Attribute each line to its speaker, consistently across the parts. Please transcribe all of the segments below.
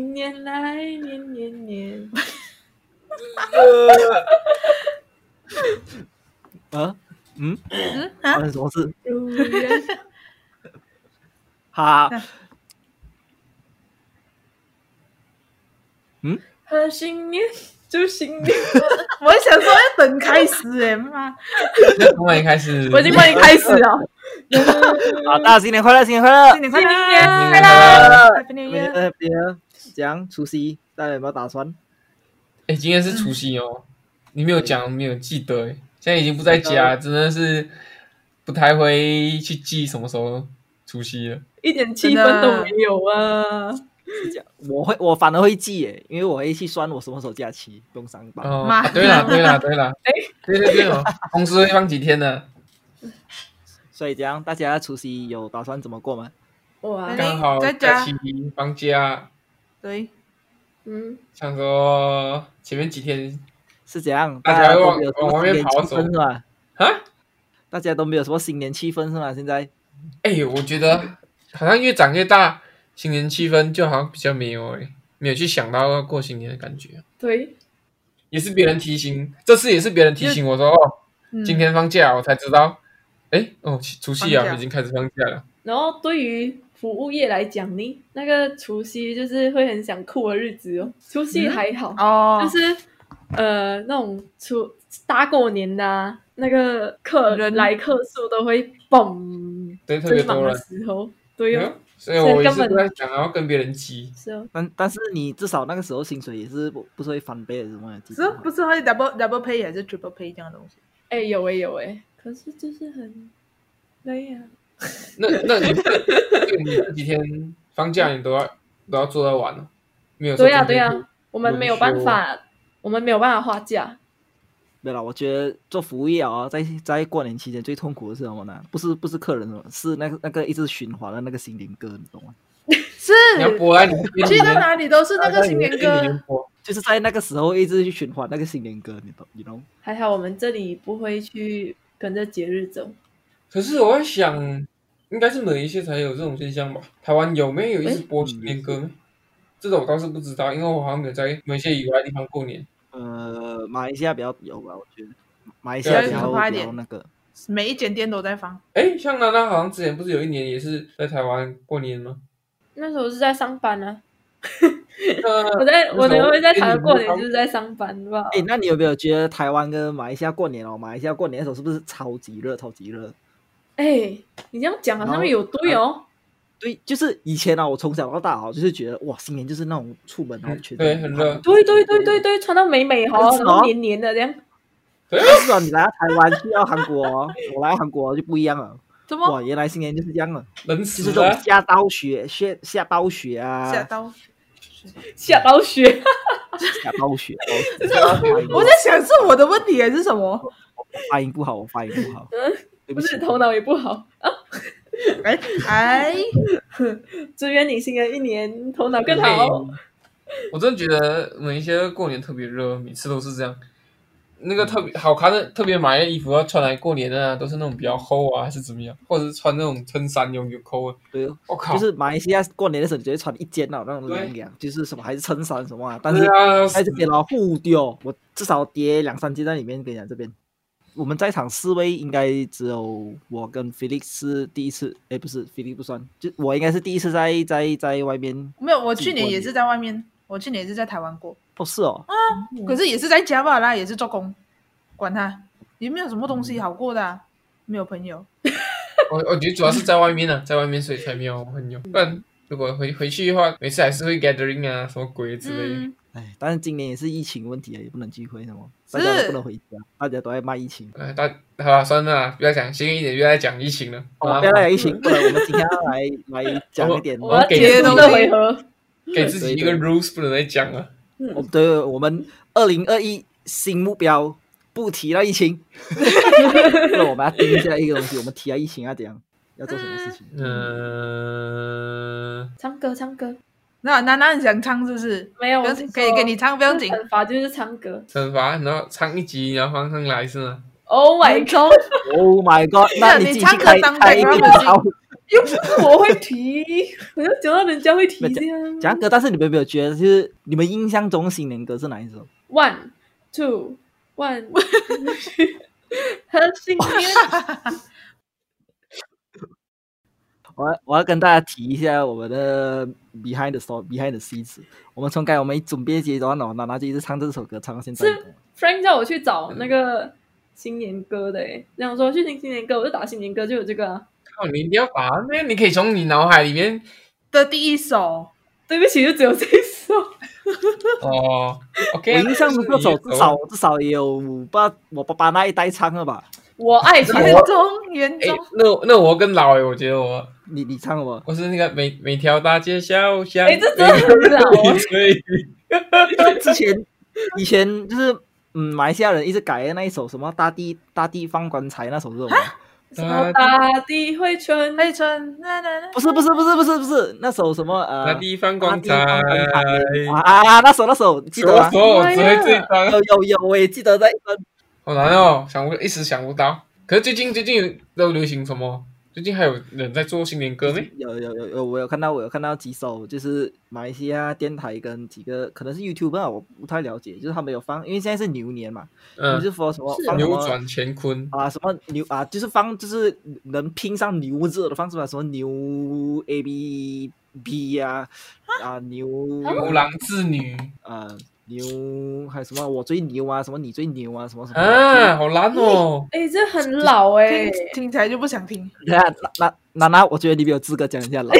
Speaker 1: 年来，年年年。
Speaker 2: 嗯嗯，
Speaker 3: 嗯
Speaker 2: 发
Speaker 3: 啊，
Speaker 2: 生什么事？
Speaker 1: 如愿
Speaker 2: 哈，
Speaker 3: 嗯
Speaker 1: 和新年，祝新 年。
Speaker 3: 我想说要等开始哎，妈，
Speaker 4: 那从哪里开始？
Speaker 3: 我已经帮你开始 了。
Speaker 2: 好，大家新年快乐，新年快乐！
Speaker 3: 新年快乐，新年
Speaker 4: 新
Speaker 3: 快乐
Speaker 4: 年快乐
Speaker 3: ，Happy New
Speaker 2: 明
Speaker 3: Year！
Speaker 2: 天别讲除夕，大家有没有打算？
Speaker 4: 哎、今天是除夕哦，你没有讲，没有记得哎，现在已经不在家，
Speaker 3: 嗯
Speaker 4: 真的是不太会去记什么时候除夕了。
Speaker 1: 一点气氛都没有啊！
Speaker 2: 我会，我反而会记耶，因为我会去算我什么时候假期，不用上班。
Speaker 4: 哦，
Speaker 3: 妈
Speaker 4: 啊对啦，对啦，对啦，哎，对对对哦，公司会放几天呢？
Speaker 2: 所以这样，大家除夕有打算怎么过吗？
Speaker 1: 哇，
Speaker 3: 对
Speaker 4: 刚好
Speaker 3: 哎在
Speaker 4: 假
Speaker 3: 家
Speaker 4: 期放假，
Speaker 3: 对，
Speaker 1: 嗯，
Speaker 4: 想说前面几天
Speaker 2: 是这样，
Speaker 4: 大
Speaker 2: 大
Speaker 4: 家
Speaker 2: 家都
Speaker 4: 往
Speaker 2: 没有什
Speaker 4: 往
Speaker 2: 么
Speaker 4: 外
Speaker 2: 新
Speaker 4: 面
Speaker 2: 年
Speaker 4: 跑
Speaker 2: 气
Speaker 4: 走
Speaker 2: 氛是吧？
Speaker 4: 啊，
Speaker 2: 大家都没有什么新年气氛是吗？现在
Speaker 4: 哎、我觉得好像越长越大，新年气氛就好像比较没有哎，没有去想到要过新年的感觉。
Speaker 1: 对，
Speaker 4: 也是别人提醒，这次也是别人提醒我说哦，
Speaker 3: 嗯
Speaker 4: 今天放假，我才知道，哎，哦，其除夕
Speaker 3: 放
Speaker 4: 啊，
Speaker 3: 假
Speaker 4: 已经开始放假了。
Speaker 1: 然后对于服务业来讲呢，那个除夕就是会很想哭的日子哦。除夕还好，
Speaker 3: 哦，
Speaker 1: 就是呃那种除大过年的、啊、那个客
Speaker 3: 人
Speaker 1: 来客数都会嘣，
Speaker 4: 对，特别
Speaker 1: 最忙
Speaker 4: 多
Speaker 1: 的
Speaker 4: 人。
Speaker 1: 时候，对
Speaker 4: 嗯
Speaker 1: 哦，
Speaker 4: 所以
Speaker 1: 所以
Speaker 4: 我也是
Speaker 1: 根本
Speaker 4: 在想要跟别人挤，
Speaker 1: 是哦，
Speaker 2: 但但是你至少那个时候薪水也是不不是会翻倍的，是吗？
Speaker 3: 是啊不是会 double double pay 还是 triple pay 这样的东西？
Speaker 1: 哎有哎有哎，可是就是很累呀、
Speaker 4: 那那你对你这几天放假，你都要都要做到晚了，没有说
Speaker 1: 对呀、
Speaker 4: 今
Speaker 1: 对
Speaker 4: 天
Speaker 1: 呀、
Speaker 4: 就
Speaker 1: 我们没有办法，我们没有办法花假，
Speaker 2: 没有啦，我觉得做服务业啊，在在过年期间最痛苦的是什么呢？不是不是客人什么，是那个那个一直循环的那个心灵歌，你懂吗？
Speaker 3: 是，
Speaker 4: 你要播在你的
Speaker 3: 去到哪里都是那个新年
Speaker 4: 在你的心里
Speaker 3: 歌
Speaker 4: 面。播
Speaker 2: 就是在那个时候一直去循环那个新年歌，你懂你懂？
Speaker 1: 还好我们这里不会去跟着节日走。
Speaker 4: 可是我在想，应该是某一些才有这种现象吧？台湾有没有一直播新年歌呢？这种我倒是不知道，因为我好像没有在某一些以外的地方过年。
Speaker 2: 呃，马来西亚比较有吧，我觉得马来西
Speaker 4: 对
Speaker 2: 亚
Speaker 4: 啊
Speaker 2: 比
Speaker 4: 循
Speaker 2: 较
Speaker 3: 环一
Speaker 2: 比较
Speaker 3: 点
Speaker 2: 那个。
Speaker 3: 每一间店都在放，
Speaker 4: 哎，像娜娜好像之前不是有一年也是在台湾过 年吗？
Speaker 1: 那时候是在上班啊，
Speaker 4: 那
Speaker 1: 我在我
Speaker 4: 呃那时
Speaker 1: 能
Speaker 4: 候
Speaker 1: 会在台
Speaker 4: 哎
Speaker 1: 湾
Speaker 4: 你
Speaker 1: 过
Speaker 4: 不是
Speaker 1: 年就是在上班吧？
Speaker 2: 哎，那你有没有觉得台湾跟马来西亚过年哦？马来西亚过年的时候是不是超级热，超级热？
Speaker 1: 哎，你这样讲好
Speaker 2: 然
Speaker 1: 像
Speaker 2: 后
Speaker 1: 有对哦，
Speaker 2: 对，就是以前啊，我从小到大啊，就是觉得哇，新年就是那种出门然后
Speaker 4: 嗯
Speaker 2: 全
Speaker 4: 对
Speaker 2: 身
Speaker 4: 很
Speaker 2: 汗
Speaker 4: 热
Speaker 1: 对对对对对，穿到美美哈，
Speaker 2: 真是
Speaker 1: 然后
Speaker 2: 哦
Speaker 1: 黏黏的这样。
Speaker 2: 但是啊，你来到台湾，去到韩国哦，我来韩国就不一样了。
Speaker 3: 怎么
Speaker 2: 哇，原来新年就是这样了，
Speaker 4: 冷
Speaker 2: 就
Speaker 4: 死
Speaker 2: 是这种
Speaker 4: 了，啊
Speaker 2: 下暴雪、下下暴雪啊，
Speaker 3: 吓
Speaker 4: 嗯
Speaker 3: 到？
Speaker 1: 下到雪，
Speaker 2: 下哦暴 雪。我
Speaker 3: 我在想是我的问题还是什么？
Speaker 2: 发音不好，我发音不好，对
Speaker 1: 不
Speaker 2: 不起
Speaker 1: 是。头脑也不好。
Speaker 3: 哎哎，
Speaker 1: 祝愿你新的一年头脑更好。哦
Speaker 4: 我真的觉得某一些过年特别热，每次都是这样。那个特别好看的、特别买的衣服要穿来过年的、啊，都是那种比较厚啊，还是怎么样，或者是穿那种衬衫有纽扣啊。
Speaker 2: 对，
Speaker 4: 我、靠，
Speaker 2: 就是马来西亚过年的时候，你就会穿一件哦，那种
Speaker 4: 对
Speaker 2: 凉凉，就是什么还是衬衫什么啊，但是
Speaker 4: 对啊，
Speaker 2: 在这边哦，互丢，我至少叠两三件在里面。跟你讲，这边我们在场四位，应该只有我跟 Felix 是第一次，哎，不是 Felix 不算，就我应该是第一次在在在外面。
Speaker 3: 没有，我去年也是在外面，我去年也是在台湾过，
Speaker 2: 哦，是哦，
Speaker 3: 啊可是也是在家吧，那也是做工，管他，也没有什么东西好过的啊，
Speaker 4: 嗯
Speaker 3: 没有朋友。
Speaker 4: 我我觉得主要是在外面啊，在外面所以才没有朋友，不然如果回回去的话，每次还是会 gathering 啊，什么鬼之类的。
Speaker 3: 嗯，
Speaker 2: 哎，但是今年也是疫情问题啊，也不能聚会什么，
Speaker 3: 是
Speaker 2: 大家都不能回家，大家都在骂疫情。
Speaker 4: 哎、大好了，算了啦，不要讲，先一点，不要再讲疫情了。
Speaker 2: 哦，
Speaker 4: 啊
Speaker 2: 不要讲疫情，不然我们今天要来来讲一点。哦
Speaker 1: 我要
Speaker 4: 给
Speaker 1: 结
Speaker 3: 自
Speaker 1: 束
Speaker 3: 己
Speaker 1: 这回合。
Speaker 4: 给自己一个
Speaker 2: 对
Speaker 4: rules，不能再讲了。
Speaker 2: 我对我们二零二一新目标不提到疫 情，那我们要定一下一个东西，我们提到疫情要怎样，要做什么 事情？
Speaker 4: 嗯、
Speaker 1: 唱歌，唱歌，
Speaker 3: 那那那你想唱是不是？
Speaker 1: 没有，
Speaker 3: 不
Speaker 1: 我
Speaker 3: 要
Speaker 1: 是
Speaker 3: 可以
Speaker 1: 说
Speaker 3: 给你唱，不用紧。
Speaker 1: 惩罚就是唱歌。
Speaker 4: 惩罚，然后唱一集，然后放上来是吗？
Speaker 1: Oh my god！
Speaker 2: Oh my god！那
Speaker 3: 那
Speaker 2: 你
Speaker 3: 啊你
Speaker 2: 自己
Speaker 3: 唱
Speaker 2: 去
Speaker 3: 歌
Speaker 2: 开
Speaker 3: 当
Speaker 2: 开一个
Speaker 3: background music
Speaker 2: 超
Speaker 3: 又不是我会提，
Speaker 1: 我就讲到人家会提
Speaker 2: 没
Speaker 1: 这样。
Speaker 2: 讲歌，但是你们有没有觉得，就是你们印象中新年歌是哪一首？
Speaker 1: One two one，很 幸运。
Speaker 2: 我要我要跟大家提一下我们的 behind the story behind the scenes。我们从刚才我们一准备阶段哦，娜娜就一直唱这首歌，唱到现在。
Speaker 1: 是 Frank 叫我去找那个新年歌的，诶，这样说去听新年歌，我就打新年歌就有这个、啊。
Speaker 4: 靠，你一定要把那，你可以从你脑海里面
Speaker 3: 的第一首，
Speaker 1: 对不起，就只有这一首。
Speaker 4: 哦
Speaker 2: 我
Speaker 4: ，OK，啊
Speaker 2: 印象中这首至少至少也有五八我爸爸那一代唱了吧？
Speaker 1: 我爱全
Speaker 3: 园
Speaker 4: 我
Speaker 3: 哦中园
Speaker 4: 哎
Speaker 3: 中，，
Speaker 4: 那那我更老哎，我觉得我
Speaker 2: 你你唱了 吗？
Speaker 4: 我是那个每每条大街小巷，
Speaker 1: 哎这真的很老哦
Speaker 4: 对，
Speaker 2: 之前以前就是嗯，马来西亚人一直改的那一首什么大地大地放棺材那首是什么？
Speaker 1: 什么大地会春，
Speaker 3: 黑春，那那那
Speaker 2: 不是不是不是不是不是那首什么呃
Speaker 4: 那地方
Speaker 2: 大
Speaker 4: 光
Speaker 2: 地放
Speaker 4: 彩，
Speaker 2: 棺材啊啊啊那首那首记得
Speaker 4: 我
Speaker 2: 吗？
Speaker 4: 说我只会这一
Speaker 2: 有
Speaker 4: 张，
Speaker 2: 有有，我也记得在一般
Speaker 4: 好难哦，想不一时想不到。可是最近最近都流行什么？最近还有人在做新年歌没？
Speaker 2: 有有有有，我有看到，我有看到几首，就是马来西亚电台跟几个可能是 YouTube 啊，我不太了解，就是他们有放，因为现在是牛年嘛，我们
Speaker 4: 嗯，
Speaker 2: 就说什么
Speaker 1: 是
Speaker 2: 放什
Speaker 4: 扭
Speaker 2: 么
Speaker 4: 转乾坤，
Speaker 2: 啊什么牛啊，就是放就是能拼上牛字的，放什么什么牛 A B B 啊啊牛
Speaker 4: 牛郎织女
Speaker 2: 啊牛还有什么我最牛啊，什么你最牛啊，什么什么
Speaker 4: 啊，好难哦。
Speaker 1: 哎，这很老哎、
Speaker 3: 听听起来就不想听。
Speaker 2: 等下，那那那，我觉得你没有资格讲人家老。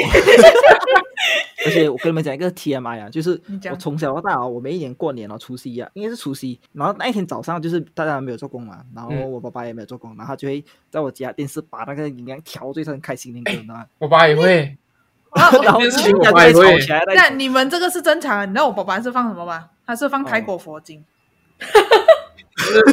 Speaker 2: 而且我跟你们讲一个 TMI 啊，就是
Speaker 3: 你讲
Speaker 2: 我从小到大啊，我每一年过年哦，除夕啊，应该是除夕，然后那一天早上就是大家没有做工嘛，然后
Speaker 4: 嗯
Speaker 2: 我爸爸也没有做工，然后他就会在我家电视把那个音量调最声开心的歌，你知道 吗？
Speaker 4: 我爸也会，
Speaker 2: 啊然后
Speaker 4: 电视
Speaker 2: 全
Speaker 4: 我
Speaker 2: 家就
Speaker 4: 爸也
Speaker 2: 会
Speaker 4: 会
Speaker 2: 吵起来。
Speaker 3: 哦那你们这个是正常的，你知道我爸爸是放什么吗？他是放泰国佛经。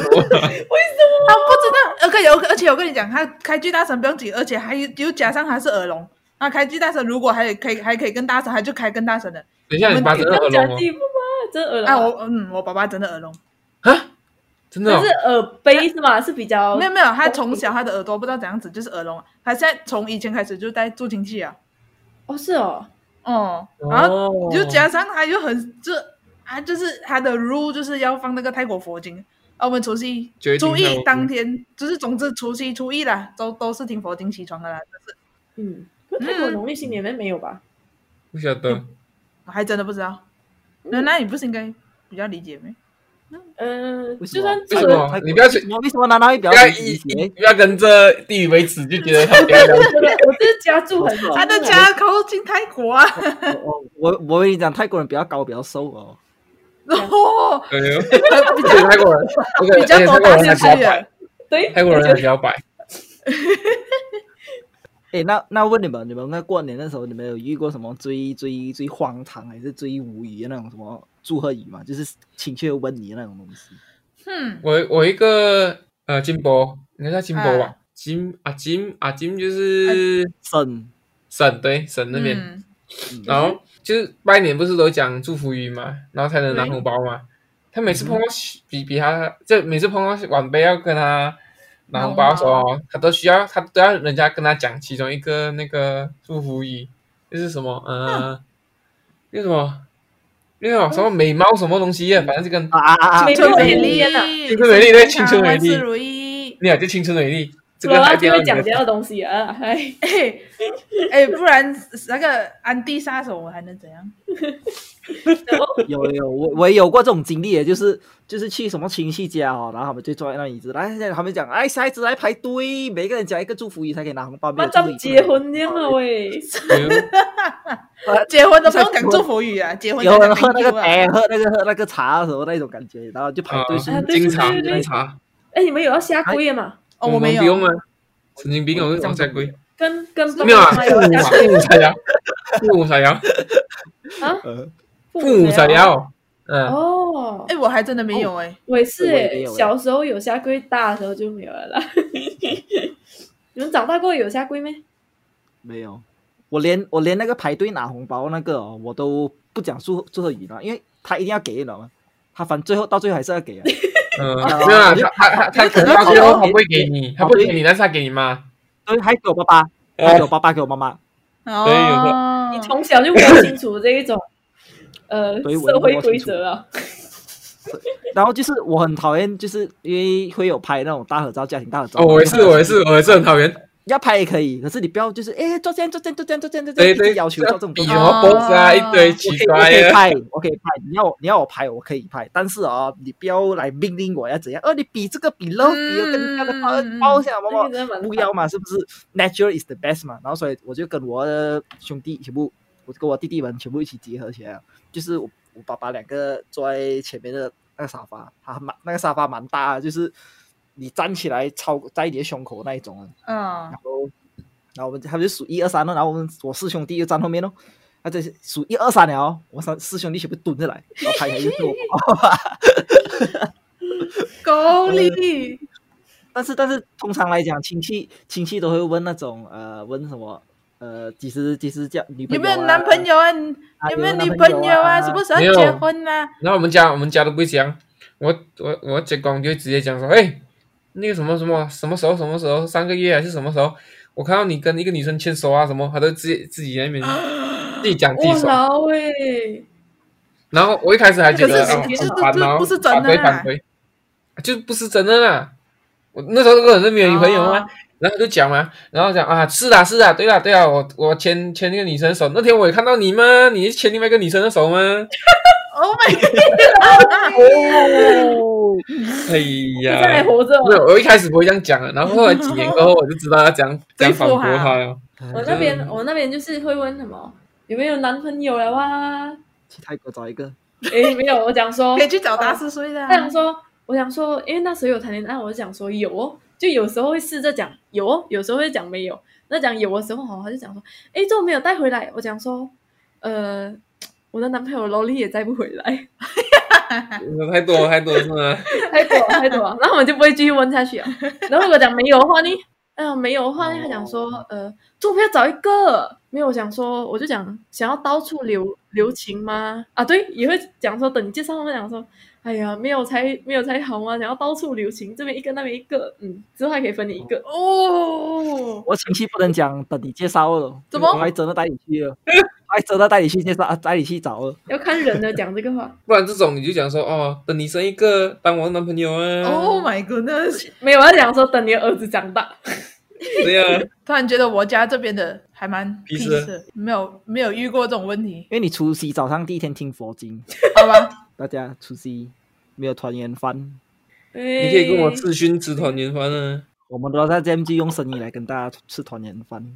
Speaker 3: 他不呃知道，而且有，而且我跟你讲，他开巨大声不用紧，而且还有又加上他是耳聋，他开巨大声，如果还有可以还可以更大声，他就开更大声的。
Speaker 4: 等一下你爸真的
Speaker 1: 要
Speaker 4: 耳
Speaker 1: 讲
Speaker 4: 聋哦
Speaker 1: 地步吗？这耳
Speaker 3: 哎，
Speaker 1: 聋、啊，
Speaker 3: 我嗯，我爸爸真的耳聋，
Speaker 4: 啊，真的
Speaker 1: 但
Speaker 4: 哦
Speaker 1: 是耳背是吗？是比较
Speaker 3: 没有没有，他从小他的耳朵不知道怎样子就是耳聋，他现在从以前开始就戴助听器啊，
Speaker 1: 哦，是哦，
Speaker 3: 哦，然后
Speaker 4: 哦，
Speaker 3: 就加上他又很就啊，就是他的 rule 就是要放那个泰国佛经。啊，我们除夕
Speaker 4: 决、定
Speaker 3: 初
Speaker 4: 泰
Speaker 3: 一
Speaker 4: 国
Speaker 3: 当天，就是总之除夕、初一啦，都都是听佛经起床的啦。就是
Speaker 1: 嗯，可是泰国农历新年那没有吧？
Speaker 4: 不晓得，
Speaker 3: 我还真的不知道，那那你不是应该比较理解没？
Speaker 1: 嗯，
Speaker 2: 为
Speaker 1: 就
Speaker 2: 什么
Speaker 1: 算
Speaker 2: 为
Speaker 4: 什
Speaker 1: 准
Speaker 4: 么你不要去
Speaker 2: 为什么为什么拿到一表
Speaker 4: 不要
Speaker 2: 以
Speaker 4: 一一
Speaker 2: 前
Speaker 4: 不要跟着地理为耻，就觉得他比较 了解。
Speaker 1: 我这家住很久，
Speaker 3: 他的家靠近泰国啊，
Speaker 2: 我哦我我跟你讲，泰国人比较高，比较瘦哦。
Speaker 3: 哦，
Speaker 4: 对哦
Speaker 3: 比
Speaker 4: 而且
Speaker 3: 较
Speaker 4: 泰国人，而且
Speaker 3: 比较
Speaker 4: 而
Speaker 3: 多
Speaker 4: 且哎
Speaker 3: 大啊兴
Speaker 4: 泰国人还比较
Speaker 3: 趣
Speaker 4: 白
Speaker 3: 的，，
Speaker 1: 对，
Speaker 4: 泰国人还比较白。
Speaker 2: 哎，那那问你们，你们在过年的时候，你们有遇过什么最最最荒唐还是最无语的那种什么祝贺语吗？就是亲切问你的那种东西。
Speaker 3: 嗯，
Speaker 4: 我我一个呃金箔，你看叫金箔吧
Speaker 3: 啊，
Speaker 4: 金啊金啊金就是
Speaker 2: 生，
Speaker 4: 省对省那边，
Speaker 3: 嗯
Speaker 2: 啊
Speaker 4: 然后就是拜年不是都讲祝福语嘛，然后才能拿
Speaker 3: 对
Speaker 4: 红包嘛。他每次碰到比比他，就每次碰到晚辈要跟他拿红包的时
Speaker 3: 拿
Speaker 4: 候，他都需要他都要人家跟他讲其中一个那个祝福语，就是什么呃，那什么那什么什么美貌什么东西啊，反正就跟
Speaker 2: 啊啊啊！
Speaker 1: 没
Speaker 2: 啊
Speaker 1: 有
Speaker 3: 春美丽，
Speaker 4: 青春美丽对青春美丽
Speaker 3: 啊万事如意。
Speaker 4: 你俩就青春美丽，这
Speaker 1: 我
Speaker 4: 个还
Speaker 1: 要
Speaker 4: 比
Speaker 1: 就
Speaker 4: 较
Speaker 1: 会讲这样的东西啊，哎，
Speaker 3: 哎、哎、不然那个安迪杀手我还能怎样？
Speaker 2: 有有，我我也有过这种经历，就是就是去什么亲戚家哦，然后他们就坐在那椅子，来他们讲，哎，下一次来排队，每个人讲一个祝福语才可以拿红包。没
Speaker 1: 妈
Speaker 2: 有祝福
Speaker 1: 咱
Speaker 2: 语
Speaker 1: 结婚这样啊喂，
Speaker 3: 结婚都不用讲祝福语啊，结婚
Speaker 2: 有
Speaker 3: 就
Speaker 2: 人
Speaker 3: 讲
Speaker 2: 喝那
Speaker 3: thank
Speaker 2: 个
Speaker 3: you 啊。
Speaker 2: 茶，喝那个喝那个茶的时候那种感觉，然后就排队
Speaker 4: 啊
Speaker 2: 去
Speaker 1: 啊对
Speaker 4: 经
Speaker 1: 对
Speaker 4: 常
Speaker 1: 对对
Speaker 4: 经常，
Speaker 1: 哎，你们有要下跪吗？
Speaker 3: 哦，我没
Speaker 4: 们不用
Speaker 3: 有，
Speaker 4: 啊，神经病，我是往下跪。
Speaker 1: 跟跟爸
Speaker 4: 没有啊，
Speaker 1: 爸
Speaker 4: 父
Speaker 1: 妈有
Speaker 4: 母
Speaker 1: 下
Speaker 4: 嘛，父母才要，父母才要，
Speaker 1: 啊？
Speaker 2: 呃，
Speaker 4: 父母才要，嗯，
Speaker 1: 哦
Speaker 3: 哎、，我还真的没有哎、
Speaker 1: 我也是
Speaker 2: 我也没
Speaker 1: 诶，
Speaker 2: 有欸
Speaker 1: 小时候有下跪，大的时候就没有了啦。 你们长大过有下跪没？
Speaker 2: 没有，我连我连那个排队拿红包那个、哦、我都不讲祝祝贺语了，因为他一定要给，你知道吗？他反最后到最后还是要 给啊。
Speaker 4: 嗯，没有啊，他他他他可能到最后他不会给你，他不会给你，但是他给你妈，
Speaker 2: 所以还给我爸爸，他给我爸爸，给我妈妈，
Speaker 3: 哦，
Speaker 4: 对有时
Speaker 1: 你从小就摸清楚这一种呃
Speaker 2: 对我
Speaker 1: 社会
Speaker 2: 摸
Speaker 1: 规
Speaker 2: 清楚
Speaker 1: 则啊。
Speaker 2: 然后就是我很讨厌，就是因为会有拍那种大合照、家庭大合照。
Speaker 4: 哦，我也是，我也是，我也是很讨厌。
Speaker 2: 要拍也可以，可是你不要就是哎，做这样、做这样、做这样、做这样、做这
Speaker 4: 对
Speaker 2: 样，一
Speaker 4: 对，
Speaker 2: 直要求做这种
Speaker 4: 比
Speaker 2: 东西。
Speaker 4: 什么 boss 啊，
Speaker 3: 哦
Speaker 4: 一堆
Speaker 2: 我
Speaker 4: 奇
Speaker 2: 可以，我
Speaker 4: 怪
Speaker 2: 可以
Speaker 4: 的。
Speaker 2: 拍，我可以拍。你要我，你要我拍，我可以拍。但是哦，你不要来命令我要怎样。哦，你比这个，比 low，比跟那个
Speaker 3: 嗯嗯嗯嗯
Speaker 2: 包包下，包包
Speaker 1: 那个真的蛮
Speaker 2: 不要嘛，是不是？Natural is the best 嘛。然后所以我就跟我的兄弟全部，我跟我弟弟们全部一起集合起来了，就是我我爸爸两个坐在前面的那个沙发，他蛮那个沙发蛮大的，就是你站起来超在你的胸口那一种啊。
Speaker 3: 嗯
Speaker 2: 然，后，然后我们他们就数一二三哦了，然后我们我四兄弟就站后面咯。那这是数一二三了哦，我三四兄弟全部蹲着来，然后拍起来就是我。
Speaker 3: 够力，
Speaker 2: 但是但是通常来讲，亲戚亲戚都会问那种呃问什么呃几时几时叫女朋
Speaker 3: 有
Speaker 2: 友、
Speaker 3: 没
Speaker 2: 啊、
Speaker 3: 有男朋友啊？你
Speaker 2: 啊
Speaker 3: 有没有
Speaker 2: 男
Speaker 3: 女朋友啊？
Speaker 2: 啊？
Speaker 3: 什么
Speaker 2: 是？
Speaker 3: 时候结婚啊？
Speaker 4: 然后我们家我们家都不会讲，我我我结婚就直接讲说，哎，那个什么什么什么时候什么时候上个月还是什么时候，我看到你跟一个女生牵手啊什么，他都自己自己在那边
Speaker 3: 啊
Speaker 4: 自己讲自己
Speaker 1: 哇
Speaker 4: 说。
Speaker 1: 老欸诶，
Speaker 4: 然后我一开始还觉得
Speaker 1: 可是
Speaker 4: 哦
Speaker 1: 其实
Speaker 4: 很
Speaker 1: 这
Speaker 4: 烦
Speaker 3: 这
Speaker 4: 然后
Speaker 3: 不是真的
Speaker 4: 反对
Speaker 3: 啦
Speaker 4: 反对，就不是真的啦。我那时候根本是没有女朋友啊嘛，
Speaker 3: 哦
Speaker 4: 然后就讲嘛，然后讲啊，是啦是啦，对啦对啦，我我牵牵那个女生的手，那天我也看到你嘛，你是牵另外一个女生的手吗？
Speaker 3: ？Oh my god！
Speaker 2: 哦，
Speaker 4: 哎
Speaker 1: 现
Speaker 4: 呀，
Speaker 1: 在还活着啊吗
Speaker 4: 没有，我一开始不会这样讲的，然后后来几年过后，我就知道要 讲讲
Speaker 3: 对
Speaker 4: 反
Speaker 3: 付
Speaker 4: 驳
Speaker 3: 哈
Speaker 4: 他了。
Speaker 1: 我那边
Speaker 4: 嗯
Speaker 1: 我那边就是会问什么有没有男朋友了啊？
Speaker 2: 去泰国找一个，
Speaker 1: 诶，没有，我讲说
Speaker 3: 可以去找大四岁的啊
Speaker 1: 他。想说，我想说，因为那时候有谈恋爱，啊我就想说有哦，就有时候会试着讲有哦，有时候会讲没有。那讲有的时候哦，他就讲说，哎，这我没有带回来。我讲说，呃，我的男朋友萝莉也带不回来，
Speaker 4: 太多了太多了是吗？
Speaker 1: 太多了太 多了，然后我们就不会继续问下去了。啊然后如果讲没有的话呢，哎、呀，没有的话呢，他讲说，呃，做不要找一个。没有，我想说，我就讲想要到处留留情吗？啊，对，也会讲说，等你介绍他们讲说，哎呀，没有才没有才好吗？啊想要到处留情，这边一个那边一个，嗯，之后还可以分你一个。
Speaker 3: 哦，
Speaker 2: 我亲戚不能讲，等你介绍了，
Speaker 3: 怎么
Speaker 2: 我还真的带你去了， 我还真的带你去介绍，啊带你去找了。，
Speaker 1: 要看人的讲这个话，
Speaker 4: 不然这种你就讲说哦，等你生一个当我的男朋友啊。
Speaker 3: Oh my goodness！
Speaker 1: 没有要讲说等你的儿子长大，
Speaker 4: 对呀、
Speaker 3: 突然觉得我家这边的还蛮
Speaker 4: 彼
Speaker 3: peace
Speaker 4: 此
Speaker 3: 的，没有没有遇过这种问题
Speaker 2: 因为你除夕早上第一天听佛经，
Speaker 3: 好吧？
Speaker 2: 大家除夕没有团圆饭，
Speaker 1: 你
Speaker 4: 你可以跟我咨询吃团圆饭啊。
Speaker 2: 我们都在 JMG 用声音来跟大家吃团圆饭。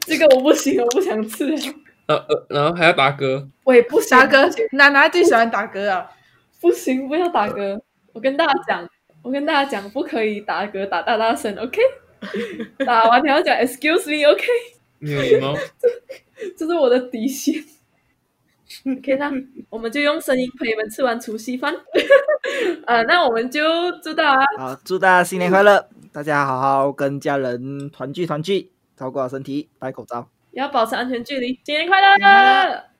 Speaker 1: 这个我不行，我不想吃，
Speaker 4: 然后呃，然后还要打嗝，
Speaker 1: 我也不行
Speaker 3: 打嗝，奶奶最喜欢打嗝啊！
Speaker 1: 不行，不要打嗝。我跟大家讲，我跟大家讲，不可以打嗝打大大声，OK？打完你要讲 Excuse me，OK？、
Speaker 4: 没有礼貌。
Speaker 1: 这是我的底线。OK，那我们就用声音陪你们吃完除夕饭。 啊，那我们就啊祝大家
Speaker 2: 好，祝大家新年快乐！大家好好跟家人团聚团聚，照顾好身体，戴口罩。
Speaker 1: 也要保持安全距离，新年快乐！